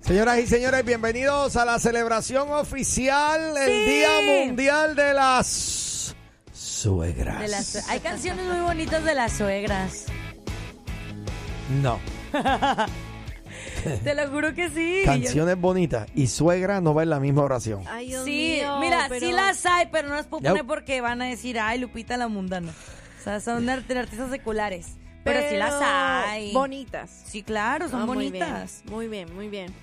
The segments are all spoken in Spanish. Señoras y señores, bienvenidos a la celebración oficial del Día Mundial de las Suegras. De las- hay canciones muy bonitas de las suegras. No, Te lo juro que sí. canciones bonitas y suegra no va en la misma oración. Ay, Dios Sí, mío, mira, pero- sí las hay, pero no las puedo Ya. poner porque van a decir, ay, Lupita la mundana. O sea, son art- artistas seculares. Pero, sí las hay. Bonitas. Sí, claro, son Ah, muy bien, bonitas. Muy bien, muy bien.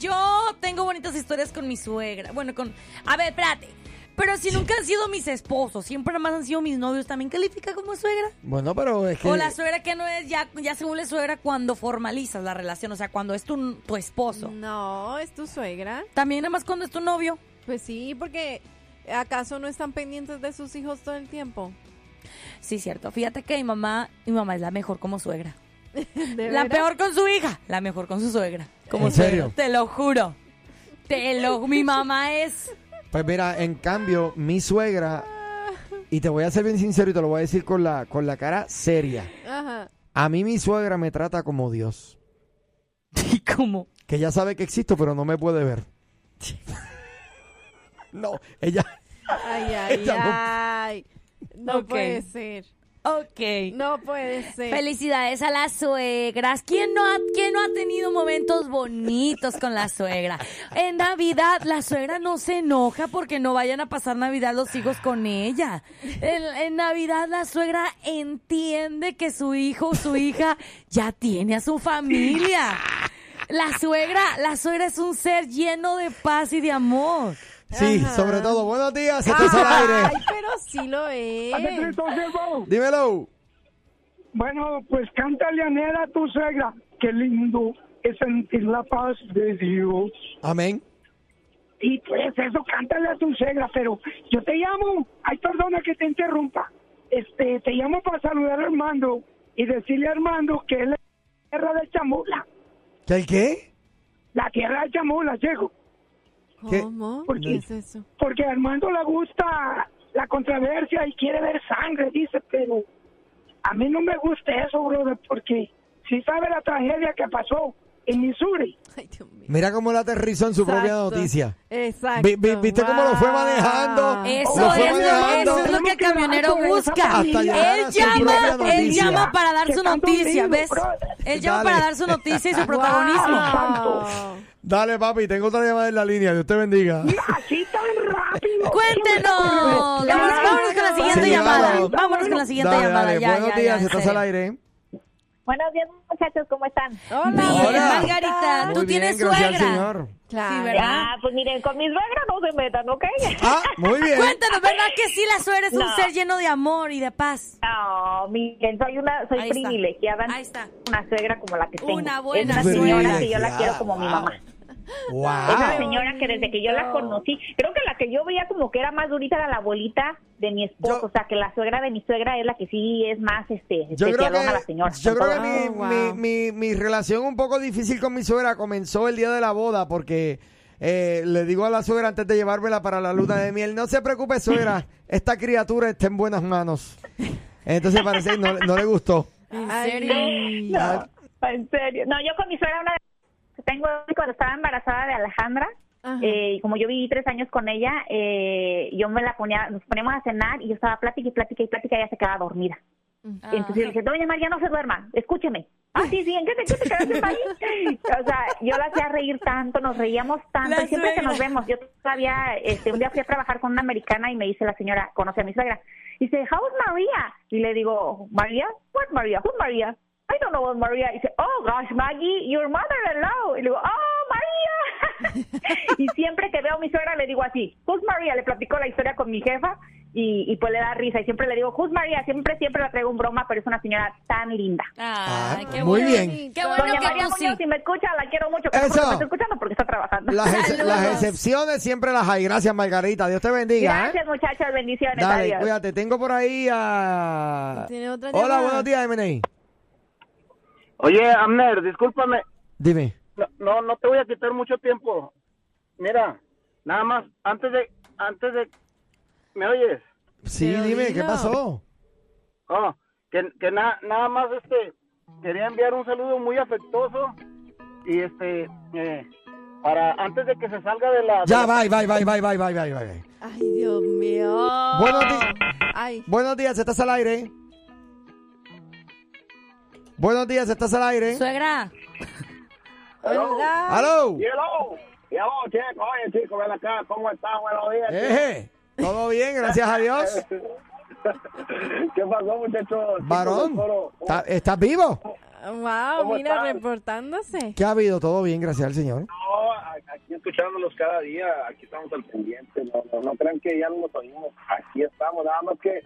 Yo tengo bonitas historias con mi suegra. Bueno, con. A ver, espérate. Pero si nunca han sido mis esposos, siempre más han sido mis novios, ¿también califica como suegra? Bueno, pero es que O la suegra que no es, ya, ya se vuelve suegra cuando formalizas la relación, o sea, cuando es tu, tu esposo. Mm. No, es tu suegra. También nada más cuando es tu novio. Pues sí, porque ¿acaso no están pendientes de sus hijos todo el tiempo? Sí, cierto. Fíjate que mi mamá, mi mamá es la mejor como suegra. ¿De La veras? peor con su hija, la mejor con su suegra. Como ¿En suegra, serio? Te lo juro. Te lo, mi mamá es pues mira, en cambio mi suegra y te voy a ser bien sincero y te lo voy a decir con la con la cara seria. Ajá. A mí mi suegra me trata como Dios, y como que ya sabe que existo pero no me puede ver. no, ella Ay, ay, Ella no- ay. No Ok. puede ser. Ok. No puede ser. Felicidades a las suegras. ¿Quién no, ha, quién no ha tenido momentos bonitos con la suegra? En Navidad, la suegra no se enoja porque no vayan a pasar Navidad los hijos con ella. En, en Navidad, la suegra entiende que su hijo o su hija ya tiene a su familia. La suegra, la suegra es un ser lleno de paz y de amor. Sí, Ajá. sobre todo. Buenos días, estás al Ay, aire. Ah, pero sí lo es. Dímelo. Bueno, pues cántale a Nela a tu suegra. Qué lindo es sentir la paz de Dios. Amén. Y pues eso, cántale a tu suegra, pero yo te llamo. Ay, perdona que te interrumpa. Este, te llamo para saludar a Armando y decirle a Armando que es la tierra de Chamula. ¿Qué el qué? La tierra de Chamula, llego. ¿Qué? Pues ¿Cómo? ¿Por ¿Qué qué? es eso? Porque a Armando le gusta la controversia y quiere ver sangre, dice, pero a mí no me gusta eso, brother, porque si sabe la tragedia que pasó en Missouri. Ay, Dios mío. Mira cómo la aterrizó en su propia Exacto. noticia. Exacto. Vi- vi- ¿Viste cómo lo fue manejando? Eso, Ah, Lo fue es, manejando. eso es lo que el camionero busca. Hasta llegar Él a su llama, propia él noticia. llama para dar su Que tanto noticia, lindo, ¿ves? brother. Él llama Dale. para dar su noticia y su protagonismo. Wow. Dale, papi, tengo otra llamada en la línea. Dios te bendiga. Así tan rápido. Cuéntenos. Vámonos, Claro. vámonos con la siguiente Sí, llamada. claro. Vámonos con la siguiente Dale, llamada. dale. Ya, Buenos ya, días, ya, en estás serio. al aire. Buenos días, muchachos, ¿cómo están? Hola. Bien, Hola. Margarita, tú Muy bien, tienes gracias al suegra. señor. Claro. Sí, ¿verdad? Ah, pues miren, con mis suegras no se metan, ¿ok? Ah, muy bien. Cuéntanos, ¿verdad que sí la suegra es un No. ser lleno de amor y de paz? No, miren, soy una, soy Ahí está. privilegiada. Ahí está. Una suegra como la que tengo. Una buena es una señora que yo Privilegiada, la quiero como mi wow. mamá. Es una Wow. señora que desde que yo la conocí, creo que la que yo veía como que era más durita era la abuelita de mi esposo, Yo- o sea, que la suegra de mi suegra es la que sí es más este Yo creo especialona la que, señora. yo con creo todo. que mi, Oh, wow. mi- mi- mi relación un poco difícil con mi suegra comenzó el día de la boda porque eh, le digo a la suegra antes de llevármela para la luna de miel, no se preocupe suegra, esta criatura está en buenas manos. Entonces parece que no, no le gustó. ¿En Ay, serio? no, en serio. No, yo con mi suegra una tengo cuando estaba embarazada de Alejandra Ajá. eh, y como yo viví tres años con ella, eh, yo me la ponía, nos poníamos a cenar y yo estaba plática y plática y plática y ella se quedaba dormida. Ah. Ah, Entonces yo le dije, doña María, no se duerma, escúcheme. Ah, sí, sí, ¿en qué te, qué te quedaste ahí? O sea, yo la hacía reír tanto, nos reíamos tanto, La y Pues siempre que suegra. nos vemos, yo todavía, este, un día fui a trabajar con una americana y me dice la señora, conoce a mi suegra, dice, how's María? Y le digo, María, what María, who's María? I don't know what María. Y dice, oh gosh, Maggie, your mother-in-law. Y le digo, oh, María. y siempre que veo a mi suegra le digo así, who's María? Le platico la historia con mi jefa y, y pues le da risa. Y siempre le digo, Jus María, siempre, siempre la traigo un broma, pero es una señora tan linda. Ah, Ah, qué muy bueno. bien. Qué bueno Doña que María tú Muñoz, sí. si me escucha, la quiero mucho. que Eso. seguro me está escuchando porque está trabajando. Las, ex- Saludos. las excepciones siempre las hay. Gracias, Margarita. Dios te bendiga. ¿eh? Gracias, muchachos. Bendiciones. Dale, adiós. cuídate. Tengo por ahí a... Tiene otra Hola, llamada. buenos días, M&A. Oye, Amner, discúlpame. Dime. No, no, no te voy a quitar mucho tiempo. Mira, nada más, antes de, antes de, ¿me oyes? Sí, Pero dime, ¿qué dilo. pasó? Oh, que, que na- nada más, este, quería enviar un saludo muy afectuoso y este, eh, para antes de que se salga de la. Ya, bye, bye, bye, bye, bye, bye, bye, bye. Ay, Dios mío. Buenos, di- Ay, buenos días, estás al aire. Buenos días, estás al aire. Suegra. hola. ¡Aló! Hello, hello, chico, oye, chico, ven acá, ¿cómo están? Buenos días. Eh. Eje, ¿Todo bien? Gracias a Dios. ¿Qué pasó, muchachos? Varón, ¿está- ¿estás vivo? Wow, ¿Cómo mira, están? reportándose. ¿Qué ha habido? Todo bien, gracias al Señor. No, a- aquí escuchándolos cada día, aquí estamos al pendiente, no, no, no crean que ya no los oímos, aquí estamos, nada más que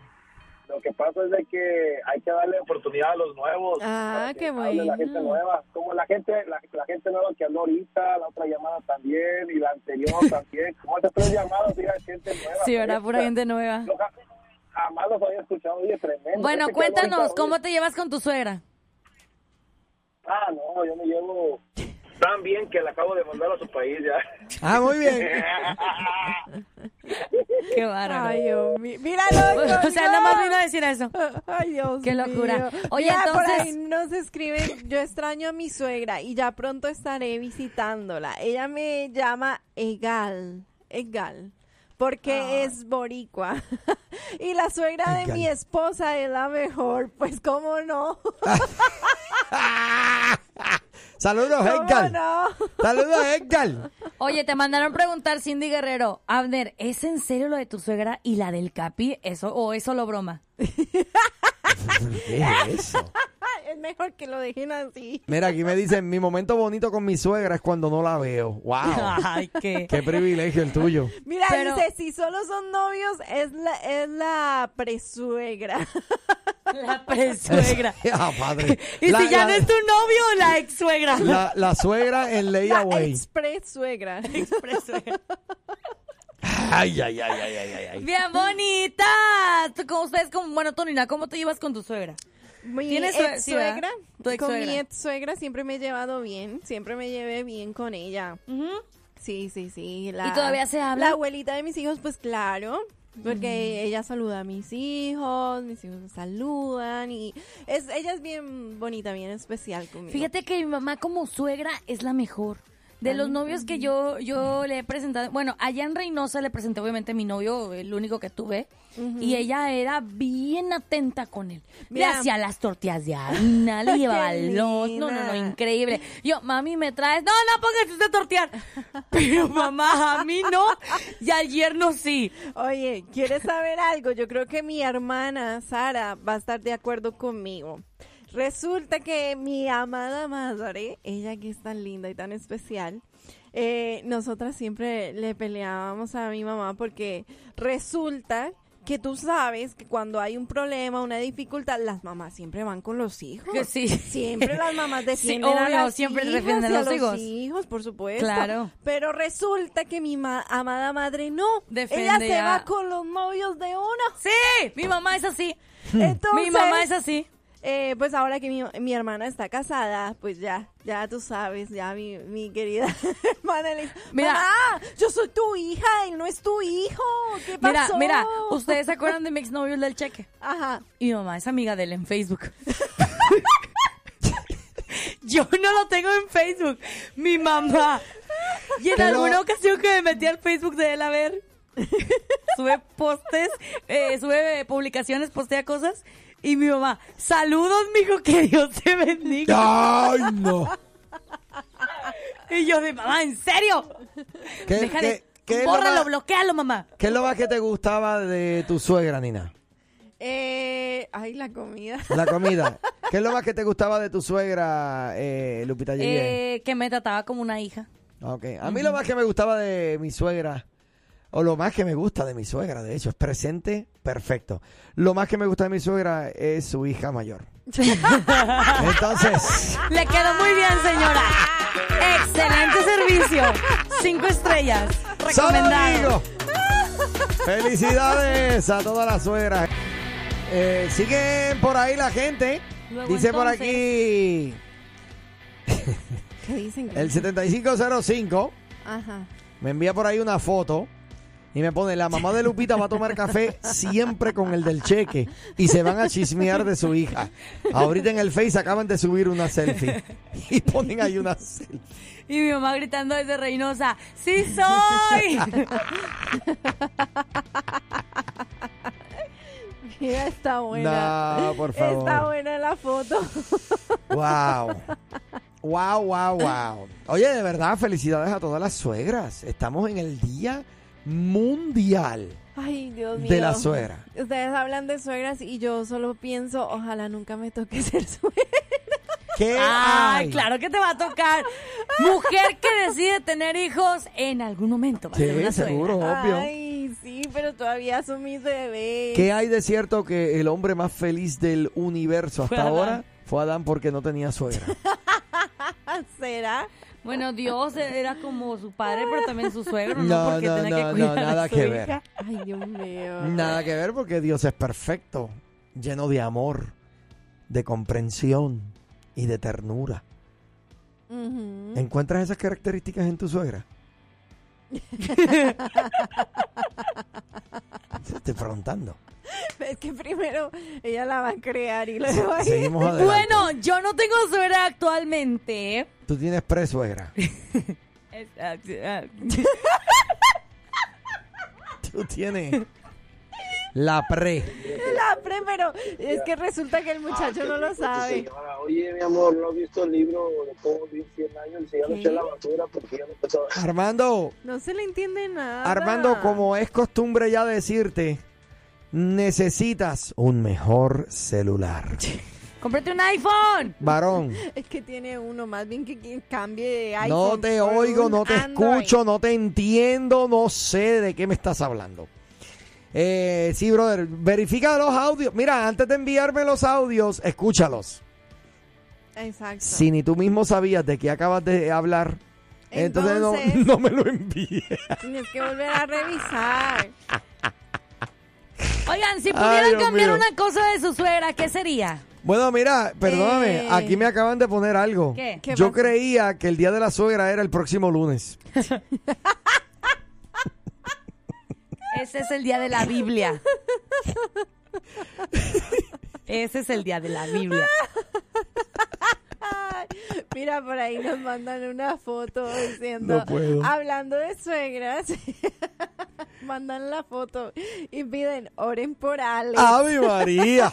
lo que pasa es de que hay que darle oportunidad a los nuevos. Ah, para que qué hable La gente bueno. nueva, como la gente, la, la gente nueva que habló ahorita, la otra llamada también y la anterior también, como esas tres llamadas, diga, gente nueva. Sí, ¿verdad? Pura fresca. gente nueva. No, ja- jamás los había escuchado, oye, tremendo. Bueno, Este que habló cuéntanos, ahorita, ¿cómo te llevas con tu suegra? Ah, no, yo me llevo tan bien que la acabo de mandar a su país ya. Ah, muy bien. Qué bárbaro. Ay, Dios mío. Mira, loco. o sea, nada más no. vino a decir eso. Ay, Dios Qué locura. mío. Oye, Mira, entonces- Por ahí nos escriben, yo extraño a mi suegra y ya pronto estaré visitándola. Ella me llama Egal. Egal. Porque Ah. es boricua. y la suegra de Egal. mi esposa es la mejor. Pues, ¿cómo no? Saludos, ¿Cómo Edgar. no? Saludos, Edgar. Oye, te mandaron preguntar, Cindy Guerrero. Abner, ¿es en serio lo de tu suegra y la del Capi? ¿Eso o eso lo broma? ¿Qué es eso? Es mejor que lo dejen así. Mira, aquí me dicen, mi momento bonito con mi suegra es cuando no la veo. ¡Wow! Ay, qué. ¡Qué privilegio el tuyo! Mira, Pero- dice, si solo son novios, es la, es la presuegra. La presuegra. Ah, padre. Y La- si ya la- no es tu novio, la ex suegra. La, la suegra en Ley La Away. expresuegra. Ay, ay, ay, ay, ay, ay, ay. Bien bonita. Tú, Como ustedes, como, bueno, Tonina, ¿cómo te llevas con tu suegra? Mi ¿Tienes sue- ex sí, verdad? suegra, Tu ex con mi suegra. ex suegra siempre me he llevado bien, siempre me llevé bien con ella. Sí, sí, sí. la- ¿Y todavía se hablan? La abuelita de mis hijos, pues claro, porque Mm. ella saluda a mis hijos, mis hijos me saludan y es, ella es bien bonita, bien especial conmigo. Fíjate que mi mamá como suegra es la mejor. De los novios que yo, yo le he presentado, bueno, allá en Reynosa le presenté obviamente a mi novio, el único que tuve, y ella era bien atenta con él. Le Mira. hacía las tortillas de harina, le Qué llevaba los, no, no, no, linda. increíble. Yo, mami, me traes, no, no, póngase usted a tortear. Pero mamá, a mí no, y al yerno sí. Oye, ¿quieres saber algo? Yo creo que mi hermana Sara va a estar de acuerdo conmigo. Resulta que mi amada madre, ella que es tan linda y tan especial, eh, nosotras siempre le peleábamos a mi mamá porque resulta que tú sabes que cuando hay un problema, una dificultad, las mamás siempre van con los hijos. Que sí. Siempre las mamás defienden Sí, a obvio, las siempre hijas defienden y a los hijos. hijos, por supuesto. Claro. Pero resulta que mi ma- amada madre no. Defiende Ella se a- va con los novios de uno. Sí, mi mamá es así. Entonces, mi mamá es así. eh, pues ahora que mi, mi hermana está casada, pues ya, ya tú sabes, ya mi, mi querida hermana le dice, Mira. mamá, yo soy tu hija, él no es tu hijo, ¿qué Mira, pasó? mira, ¿ustedes se acuerdan de mi exnovio el del cheque? Ajá. Y mi mamá es amiga de él en Facebook. Yo no lo tengo en Facebook. Mi mamá. Y en Pero- alguna ocasión que me metí al Facebook de él a ver, sube postes, eh, sube publicaciones, postea cosas. Y mi mamá, saludos, mijo, que Dios te bendiga. ¡Ay, no! Y yo de mamá, ¿en serio? ¿Qué- Déjale, qué- qué es lo bórralo, más- bloquealo, mamá. ¿Qué es lo más que te gustaba de tu suegra, Nina? Eh, ay, la comida. La comida. ¿Qué es lo más que te gustaba de tu suegra, eh, Lupita Yeye? Eh, que me trataba como una hija. Ok. A mí lo más que me gustaba de mi suegra o lo más que me gusta de mi suegra, de hecho, es presente perfecto. Lo más que me gusta de mi suegra es su hija mayor. Entonces, Le quedó muy bien, señora. Excelente servicio. Cinco estrellas. solo digo, Recomendado. felicidades a todas las suegras. Eh, siguen por ahí la gente. Luego, Dice por entonces. aquí ¿Qué dicen? el 7505. Ajá. Me envía por ahí una foto y me pone, la mamá de Lupita va a tomar café siempre con el del cheque y se van a chismear de su hija. Ahorita en el Face acaban de subir una selfie y ponen ahí una selfie. Y mi mamá gritando desde Reynosa, ¡Sí soy! Mira, está buena. No, por favor. Está buena la foto. Wow. Wow, wow, wow. Oye, de verdad, felicidades a todas las suegras. Estamos en el Día Mundial Ay, Dios mío. de la Suegra. Ustedes hablan de suegras y yo solo pienso, ojalá nunca me toque ser suegra. ¿Qué Ay, hay? claro que te va a tocar. Mujer que decide tener hijos en algún momento. Va a Sí, ser una suegra. seguro, obvio. Ay, sí, pero todavía son mis bebés. ¿Qué hay de cierto que el hombre más feliz del universo hasta Fue Adán. ahora fue Adán porque no tenía suegra? Ah, ¿Será? Bueno, Dios era como su padre, pero también su suegro, ¿no? No, Porque no, tenía no, que cuidar no, a nada su que hija. ver. Ay, Dios mío. Nada que ver porque Dios es perfecto, lleno de amor, de comprensión y de ternura. Ujú. ¿Encuentras esas características en tu suegra? Te estoy preguntando. Es que primero ella la va a crear y luego ahí. Seguimos adelante. Bueno, yo no tengo suegra actualmente. Tú tienes pre-suegra. Es- ah, ah, Tú tienes la pre. La pre, pero es que resulta que el muchacho no lo sabe. Oye, mi amor, ¿no has visto el libro de cómo vivir 100 años? Se ya lo eché a la basura porque ya no Armando, No se le entiende nada. Armando, como es costumbre ya decirte, necesitas un mejor celular. ¡Cómprate un iPhone! Varón, Es que tiene uno, más bien que quien cambie de iPhone. no te por oigo, un no te Android. escucho, no te entiendo, no sé de qué me estás hablando. Eh, sí, brother, verifica los audios. Mira, antes de enviarme los audios, escúchalos. Exacto. Si ni tú mismo sabías de qué acabas de hablar, entonces, no- Entonces- no, me lo envíes. Tienes que volver a revisar. Oigan, si Ay, pudieran Dios cambiar mío. una cosa de su suegra, ¿qué sería? Bueno, mira, perdóname, Eh. aquí me acaban de poner algo. ¿Qué? ¿Qué Yo pasó? creía que el día de la suegra era el próximo lunes. Ese es el día de la Biblia. Ese es el día de la Biblia. Mira, por ahí nos mandan una foto diciendo, No puedo. hablando de suegras, mandan la foto y piden, oren por Alex. ¡Ave María!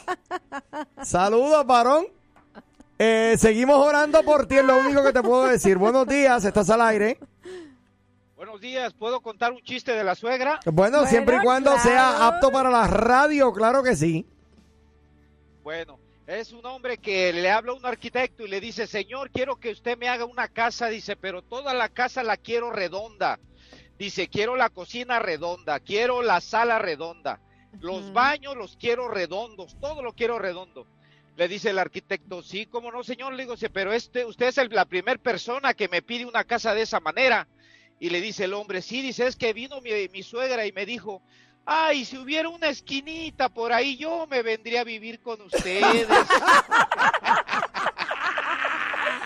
Saludos, varón. Eh, seguimos orando por ti, es lo único que te puedo decir. Buenos días, estás al aire. Buenos días, ¿puedo contar un chiste de la suegra? Bueno, Bueno, siempre y cuando claro. sea apto para la radio, claro que sí. Bueno, es un hombre que le habla a un arquitecto y le dice, señor, quiero que usted me haga una casa, dice, pero toda la casa la quiero redonda. Dice, quiero la cocina redonda, quiero la sala redonda, los Ujú. baños los quiero redondos, todo lo quiero redondo. Le dice el arquitecto, sí, cómo no, señor, le digo, "Sí, pero este, usted es el- la primera persona que me pide una casa de esa manera. Y le dice el hombre, sí, dice, es que vino mi, mi suegra y me dijo, ay, si hubiera una esquinita por ahí, yo me vendría a vivir con ustedes.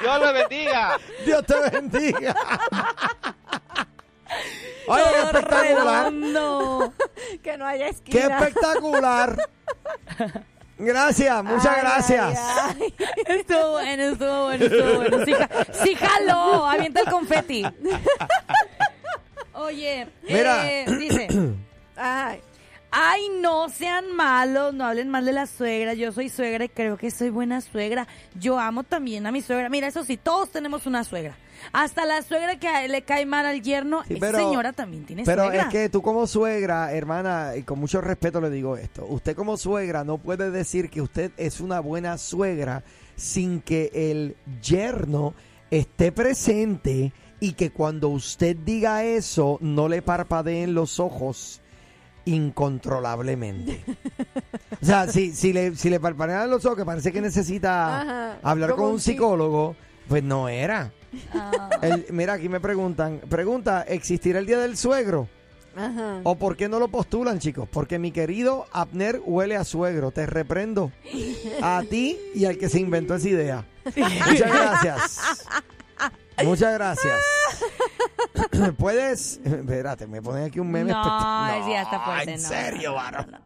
Dios lo bendiga. Dios te bendiga. Oye, qué espectacular. Redondo. Que no haya Qué esquina. espectacular. Gracias, muchas Ay, gracias. ay, ay. Estuvo bueno, estuvo bueno, estuvo bueno. Sí, ja- sí jaló, avienta el confeti. Oye, Mira. eh, dice, Ay, ay, no sean malos, no hablen mal de la suegra. Yo soy suegra y creo que soy buena suegra. Yo amo también a mi suegra. Mira, eso sí, todos tenemos una suegra. Hasta la suegra que a- le cae mal al yerno, Sí, esa señora también tiene pero suegra. es que tú como suegra, hermana, y con mucho respeto le digo esto, usted como suegra no puede decir que usted es una buena suegra sin que el yerno esté presente y que cuando usted diga eso no le parpadeen los ojos incontrolablemente. O sea, si, si, le, si le parpadean los ojos, que parece que necesita Ajá, hablar como con un un psi- psicólogo, pues no era. Ah, El- mira, aquí me preguntan, pregunta, ¿existirá el Día del Suegro? Ajá. ¿O por qué no lo postulan, chicos? Porque mi querido Abner huele a suegro. Te reprendo. A ti y al que se inventó esa idea. Muchas gracias. Muchas gracias. Puedes. Espérate, me ponen aquí un meme. No, espect- sí, ya está fuerte, En no, serio, varón.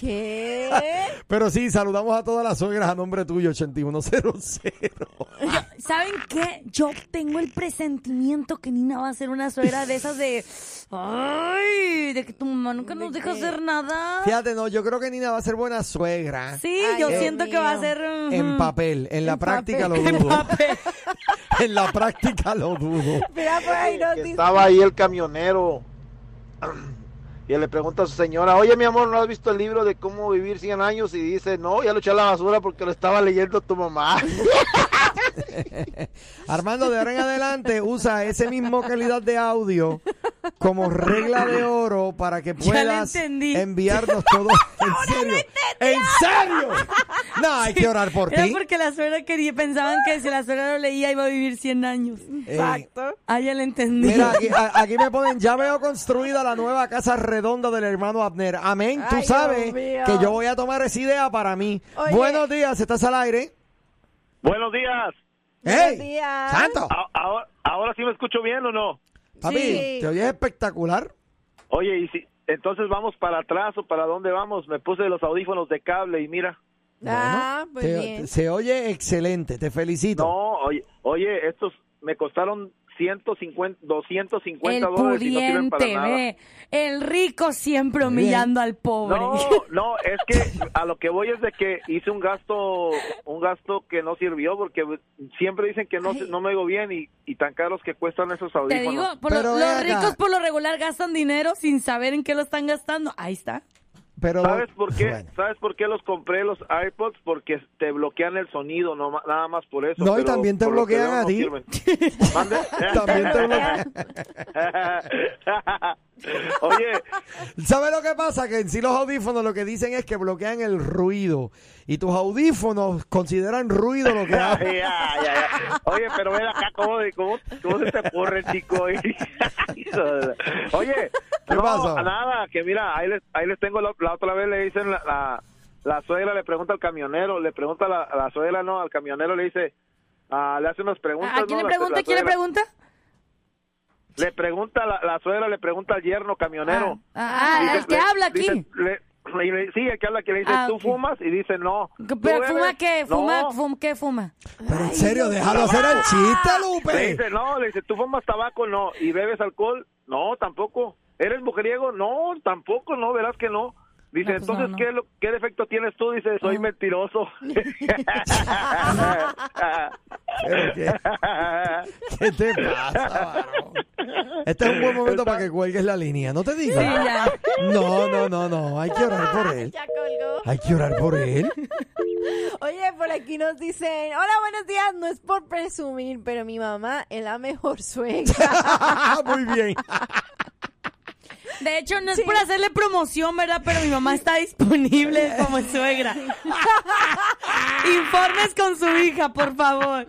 ¿Qué? Pero sí, saludamos a todas las suegras a nombre tuyo, 8100. ¿Saben qué? Yo tengo el presentimiento que Nina va a ser una suegra de esas de. ¡Ay! De que tu mamá nunca nos deja hacer nada. Fíjate, no, yo creo que Nina va a ser buena suegra. Sí, Ay, yo Dios siento que va a mío. ser. ujú. En papel, en la práctica lo dudo. en la práctica lo dudo. Mira, por ahí nos que dice. estaba ahí el camionero y le pregunta a su señora, oye mi amor, ¿no has visto el libro de cómo vivir 100 años? Y dice, no, ya lo eché a la basura porque lo estaba leyendo tu mamá. Armando, de ahora en adelante usa ese mismo calidad de audio como regla de oro para que lo puedas entendí. enviarnos todo. ¿En serio? ¿En serio? No, hay que orar por Era ti. porque la suegra quería, pensaban que si la suegra lo leía iba a vivir 100 años. Eh, Exacto. Ah, ya la entendí. mira, aquí, a- aquí me ponen, ya veo construida la nueva casa redonda del hermano Abner. Amén. Tú Ay, Dios sabes mío. que yo voy a tomar esa idea para mí. Oye. Buenos días, ¿estás al aire? Buenos días. Buenos ¡Ey! días. ¡Santo! A- ahora, ahora sí me escucho bien o no? Papi, Sí. te oyes espectacular. Oye, y si entonces vamos para atrás o para dónde vamos? Me puse los audífonos de cable y mira. Ah, Bueno, pues te- bien. se oye excelente, te felicito. No, oye, oye, estos me costaron 150, 250 el dólares y no sirven para pudiente, nada. ve. El rico siempre humillando al pobre. No, no, es que a lo que voy es de que hice un gasto, un gasto que no sirvió porque siempre dicen que no, Ay. no me oigo bien y, y tan caros que cuestan esos Te audífonos. digo, por lo- Pero ve los acá. ricos por lo regular gastan dinero sin saber en qué lo están gastando. Ahí está. Pero, ¿Sabes por qué? Bueno. ¿Sabes por qué los compré los iPods? Porque te bloquean el sonido, no ma- nada más por eso. No, y pero también te por lo que bloquean veo, a no ti. sirven. ¿Mande? También te bloquean. Oye, ¿Sabes lo que pasa? Que en sí los audífonos lo que dicen es que bloquean el ruido. Y tus audífonos consideran ruido lo que ay, haces. ay, ay, ay. Oye, pero ven acá, ¿cómo, de- cómo, cómo se te ocurre, chico? Oye, ¿Qué no, pasó? nada, que mira, ahí les, ahí les tengo, la, la otra vez le dicen, la, la, la suegra le pregunta al camionero, le pregunta a la, a la suegra, no, al camionero le dice, ah, le hace unas preguntas. ¿A quién ¿no? le La- la pregunta? ¿Quién le suegra. pregunta? Le pregunta la, la suegra, le pregunta al yerno camionero. Ah, ah, Dice- el que le- habla aquí. dice- le- y le- sí, el que habla aquí le dice, Ah, ¿tú ok. fumas? Y dice, no. ¿Tú Pero bebes? fuma qué, fuma, No. fum- qué fuma. Pero en serio, déjalo hacer el chiste, Le Lupe. dice, no, le dice, ¿tú fumas tabaco? No. ¿Y bebes alcohol? No, tampoco. ¿Eres mujeriego? No, tampoco, no, verás que no. Dice, No, pues entonces, no, Ah. no. ¿qué, lo- ¿qué defecto tienes tú? Dice, soy mentiroso. Pero ¿Qué, qué te pasa, varón? Este es un buen momento para que cuelgues la línea, ¿no te digo? Sí, ya. No, no, no, no. Hay que orar por él. Ya colgó. Hay que orar por él. Oye, por aquí nos dicen, hola, buenos días, no es por presumir, pero mi mamá es la mejor suegra. Muy bien. De hecho, no es por hacerle promoción, ¿verdad? Pero mi mamá está disponible como suegra. Informes con su hija, por favor.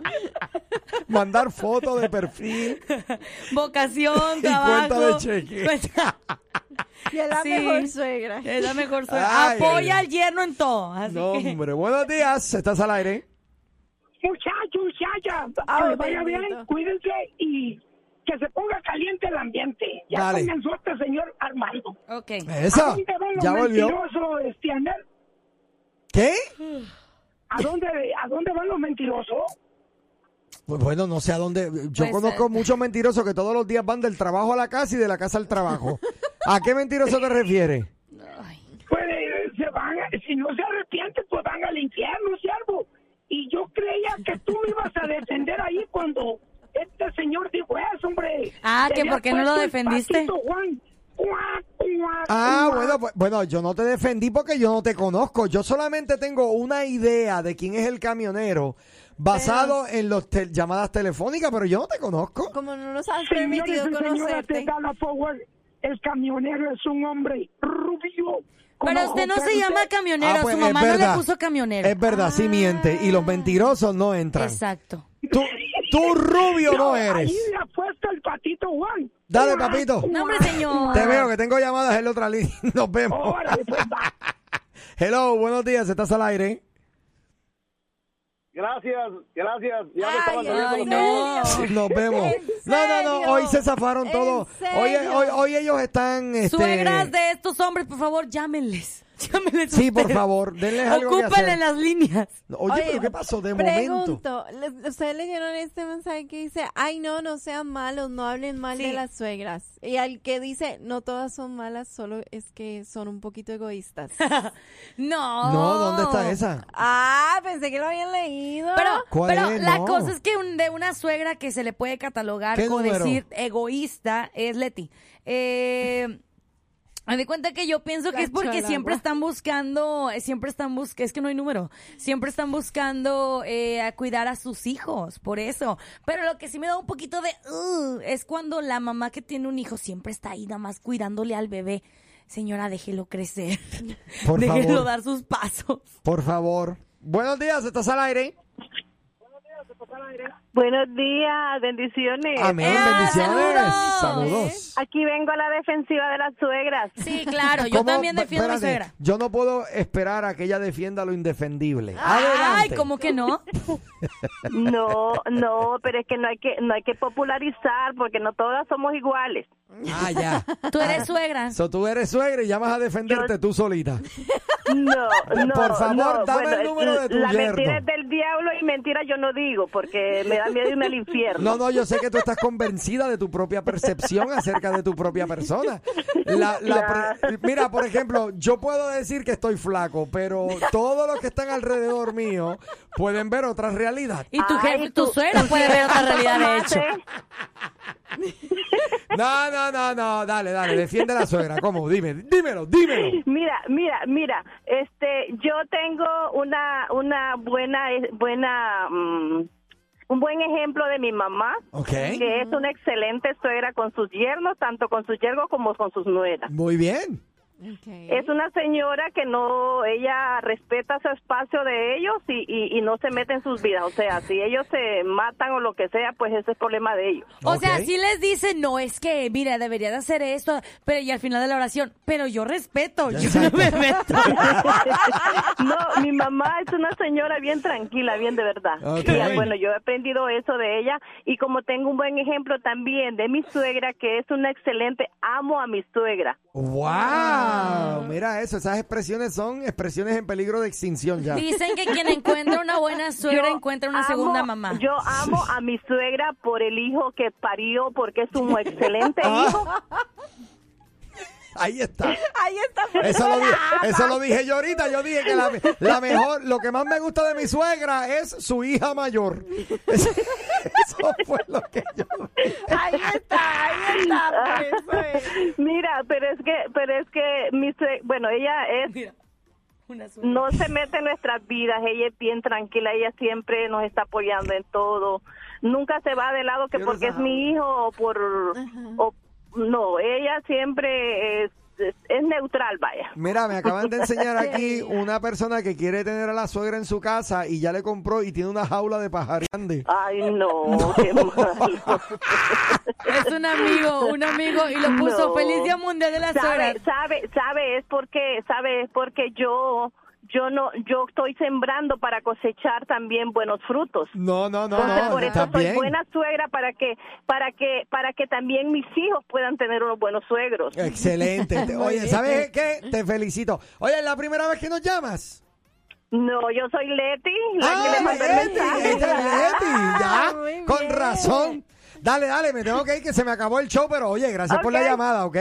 Mandar foto de perfil. Vocación, Y trabajo. cuenta de cheque. Cuenta- y es la Sí. mejor suegra. Es la mejor suegra. Ay. Apoya al yerno en todo. Así No, que... hombre. Buenos días. ¿Estás al aire? Muchachos, muchachas, que Ay, les vaya bendito. bien, cuídense y que se ponga caliente el ambiente. Ya Dale. comenzó este señor Armando. Ok. ¿A Esa. dónde van los Ya volvió. mentirosos, este, Anel? ¿Qué? ¿A dónde, ¿A dónde van los mentirosos? Pues bueno, no sé a dónde. Yo Pues, conozco eh, muchos mentirosos que todos los días van del trabajo a la casa y de la casa al trabajo. ¿A qué mentiroso te refieres? Pues eh, se van, a- si no se arrepienten, pues van al infierno, siervo. Y yo creía que tú me ibas a defender ahí cuando este señor dijo eso, hombre. Ah, Te que habías ¿por qué no lo puesto el defendiste? patito, Juan. Cuac, cuac, Ah, cuac. bueno, pues- bueno, yo no te defendí porque yo no te conozco. Yo solamente tengo una idea de quién es el camionero, basado en las llamadas telefónicas, pero yo no te conozco. Como no nos has Señores permitido y señoras conocerte. de Dallas Forward, el camionero es un hombre rubio. como Pero usted no José se llama José. camionero, Ah, pues, su es mamá no le verdad. puso camionero. Ah. Es verdad, sí miente. Y los mentirosos no entran. Exacto. Tú, tú rubio no Ahí eres. le ha puesto el patito Juan. Dale, papito. No, hombre, señor. Te veo que tengo llamadas en la otra línea. Nos vemos. pues, Hello, buenos días. ¿Estás al aire? Gracias, gracias. Ya me estaban Ay, saliendo no. Nos vemos. No, no, no. Hoy se zafaron todos. Hoy, serio? hoy, hoy ellos están. Este... Suegras de estos hombres, por favor, llámenles. Llámenles Sí, por ustedes. favor, denles algo que Ocúpenle hacer. las líneas. Oye, pero ¿qué pasó de momento? Pregunto, ¿les- ¿ustedes leyeron este mensaje que dice, ay no, no sean malos, no hablen mal Sí. de las suegras? Y al que dice, no todas son malas, solo es que son un poquito egoístas. No. No, ¿dónde está esa? ah, pensé que lo habían leído. Pero, ¿Cuál pero es? la No. cosa es que un- de una suegra que se le puede catalogar ¿Qué o número? decir egoísta es Leti. Eh, me di cuenta que yo pienso que es porque Cacho al siempre agua. están buscando, eh, siempre están buscando, es que no hay número, siempre están buscando eh, a cuidar a sus hijos, por eso. Pero lo que sí me da un poquito de "Ugh", es cuando la mamá que tiene un hijo siempre está ahí nada más cuidándole al bebé. Señora, déjelo crecer. Por déjelo favor. dar sus pasos. Por favor. Buenos días. ¿Estás al aire? Buenos días, bendiciones. Eh, Amén. Bendiciones. Saludos. Aquí vengo a la defensiva de las suegras. Sí, Ah, claro, yo ¿Cómo? también defiendo a mi Espérate, suegra. Yo no puedo esperar a que ella defienda lo indefendible. Ah. Ay, Adelante. ¿cómo que no? No, no, pero es que no hay que no hay que popularizar porque no todas somos iguales. Ah, ya. Tú eres suegra. So, tú eres suegra y ya vas a defenderte tú solita. No, no. Por favor, no. dame el es- número de tu La mentira yerno. es del diablo y mentira yo no digo porque me da miedo irme al infierno. No, no, yo sé que tú estás convencida de tu propia percepción acerca de tu propia persona. La- la pre- mira, por ejemplo, yo puedo decir que estoy flaco, pero todos los que están alrededor mío pueden ver otra realidad. Y tu, Ay, jefe, tu tú- suegra puede ver otra realidad, de hecho. No, no, no, no, dale, dale, defiende a la suegra. ¿Cómo? Dime, dímelo, dímelo. Mira, mira, mira, este, yo tengo una una buena eh, buena mm, un buen ejemplo de mi mamá, Ok. que es una excelente suegra con sus yernos, tanto con sus yernos como con sus nueras. Muy bien. Es una señora que no, ella respeta su espacio de ellos y, y- y no se mete en sus vidas. O sea, si ellos se matan o lo que sea, pues ese es problema de ellos. O sea, Ok. sí les dicen, no, es que, mira, debería de hacer esto, pero y al final de la oración, pero yo respeto, yo no me meto. No, mi mamá es una señora bien tranquila, bien de verdad. Ok. Y, ah, bueno, yo he aprendido eso de ella y como tengo un buen ejemplo también de mi suegra, que es una excelente, amo a mi suegra. ¡Wow! Mira eso, esas expresiones son expresiones en peligro de extinción ya. Dicen que quien encuentra una buena suegra Yo encuentra una amo- segunda mamá. Yo amo a mi suegra por el hijo que parió, porque es un excelente hijo. Ah. Ahí está. Ahí está. Eso lo, di- eso lo dije yo ahorita. Yo dije que la, la mejor, lo que más me gusta de mi suegra es su hija mayor. Eso, eso fue lo que yo. Ahí está, ahí está. por eso es. Mira, pero es que, pero es que mi sue- bueno, ella es Mira, una suegra. no se mete en nuestras vidas, ella es bien tranquila, ella siempre nos está apoyando en todo, nunca se va de lado que Yo porque no es sabo. mi hijo o por, o- no, ella siempre es, es- es neutral, vaya. Mira, me acaban de enseñar aquí una persona que quiere tener a la suegra en su casa y ya le compró y tiene una jaula de pajar grande. Ay, no, qué malo. Es un amigo, un amigo, y lo puso No. feliz Día Mundial de las Suegras. sabe, sabe, sabe, es porque, sabe, es porque yo, yo no, yo estoy sembrando para cosechar también buenos frutos. No, no, no, Entonces, no. por eso Estás soy bien. buena suegra para que, para que, para que también mis hijos puedan tener unos buenos suegros. Excelente. Te- Oye, ¿sabes qué? Te felicito. Oye, es la primera vez que nos llamas. No, yo soy Leti, la que Ah, le mandó el Leti, mensaje. esta es Leti, ya, Ah, muy con bien. razón. Dale, dale, me tengo que ir que se me acabó el show, pero oye, gracias por la Ok. llamada, ¿ok?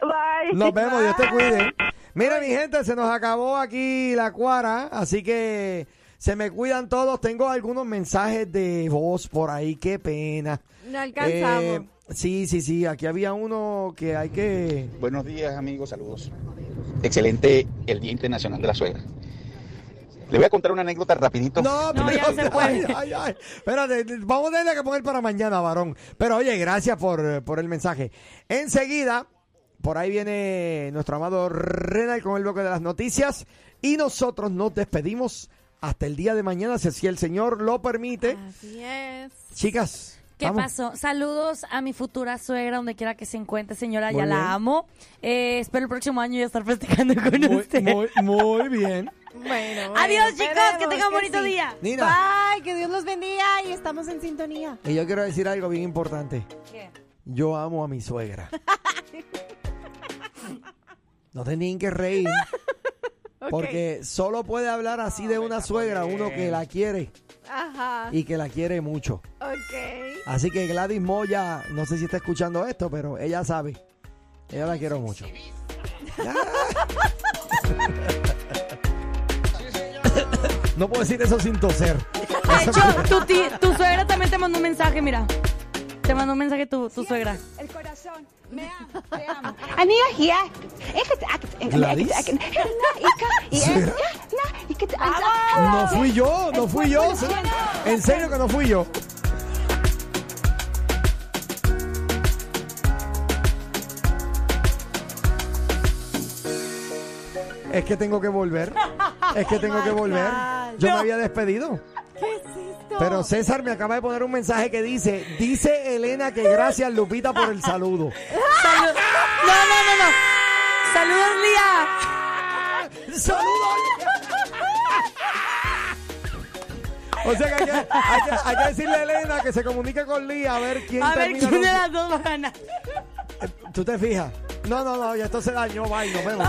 Bye. Nos vemos, Dios te cuide. Mira, mi gente, se nos acabó aquí la cuara, así que se me cuidan todos. Tengo algunos mensajes de voz por ahí, qué pena. No alcanzamos. Eh, sí, sí, sí, aquí había uno que hay que... Buenos días amigos, saludos. Excelente el Día Internacional de la Suegra. Le voy a contar una anécdota rapidito. No, pero- ay, ay, ay. Espérate, vamos a tener que poner para mañana, varón. Pero oye, gracias por, eh, por el mensaje. Enseguida, por ahí viene nuestro amado Renal con el bloque de las noticias. Y nosotros nos despedimos hasta el día de mañana, si si el Señor lo permite. Chicas. ¿Qué vamos. pasó? Saludos a mi futura suegra, donde quiera que se encuentre, señora, Muy ya bien. la amo. Eh, espero el próximo año ya estar festejando con usted. Muy, muy bien. Bueno, Adiós, chicos, que tengan bonito día. Nina. Bye, que Dios los bendiga y estamos en sintonía. Y yo quiero decir algo bien importante. Yo amo a mi suegra. No tenían que reír. Porque solo puede hablar así de una suegra uno que la quiere Ajá. y que la quiere mucho. Ok. Así que Gladys Moya, no sé si está escuchando esto, pero ella sabe. Ella la quiero mucho. No puedo decir eso sin toser. De hecho, tu, ti- tu suegra también te mandó un mensaje, mira. Te mandó un mensaje tu, tu suegra. El corazón. Me ama, Amiga, ya. Gladys. No fui yo, no fui yo. En serio que no fui yo. Es que tengo que volver. Es que tengo que volver. Yo me había despedido. ¿Qué es esto? Pero César me acaba de poner un mensaje que dice, dice Elena que gracias Lupita por el saludo. Salu- no, no, no, no. Saludos, Lía. O sea que hay que, hay que- hay que decirle a Elena que se comunique con Lía a ver quién A ver termina quién de los- las dos va a ganar. Tú te fijas. No, no, no, ya esto se dañó, bye, nos vemos.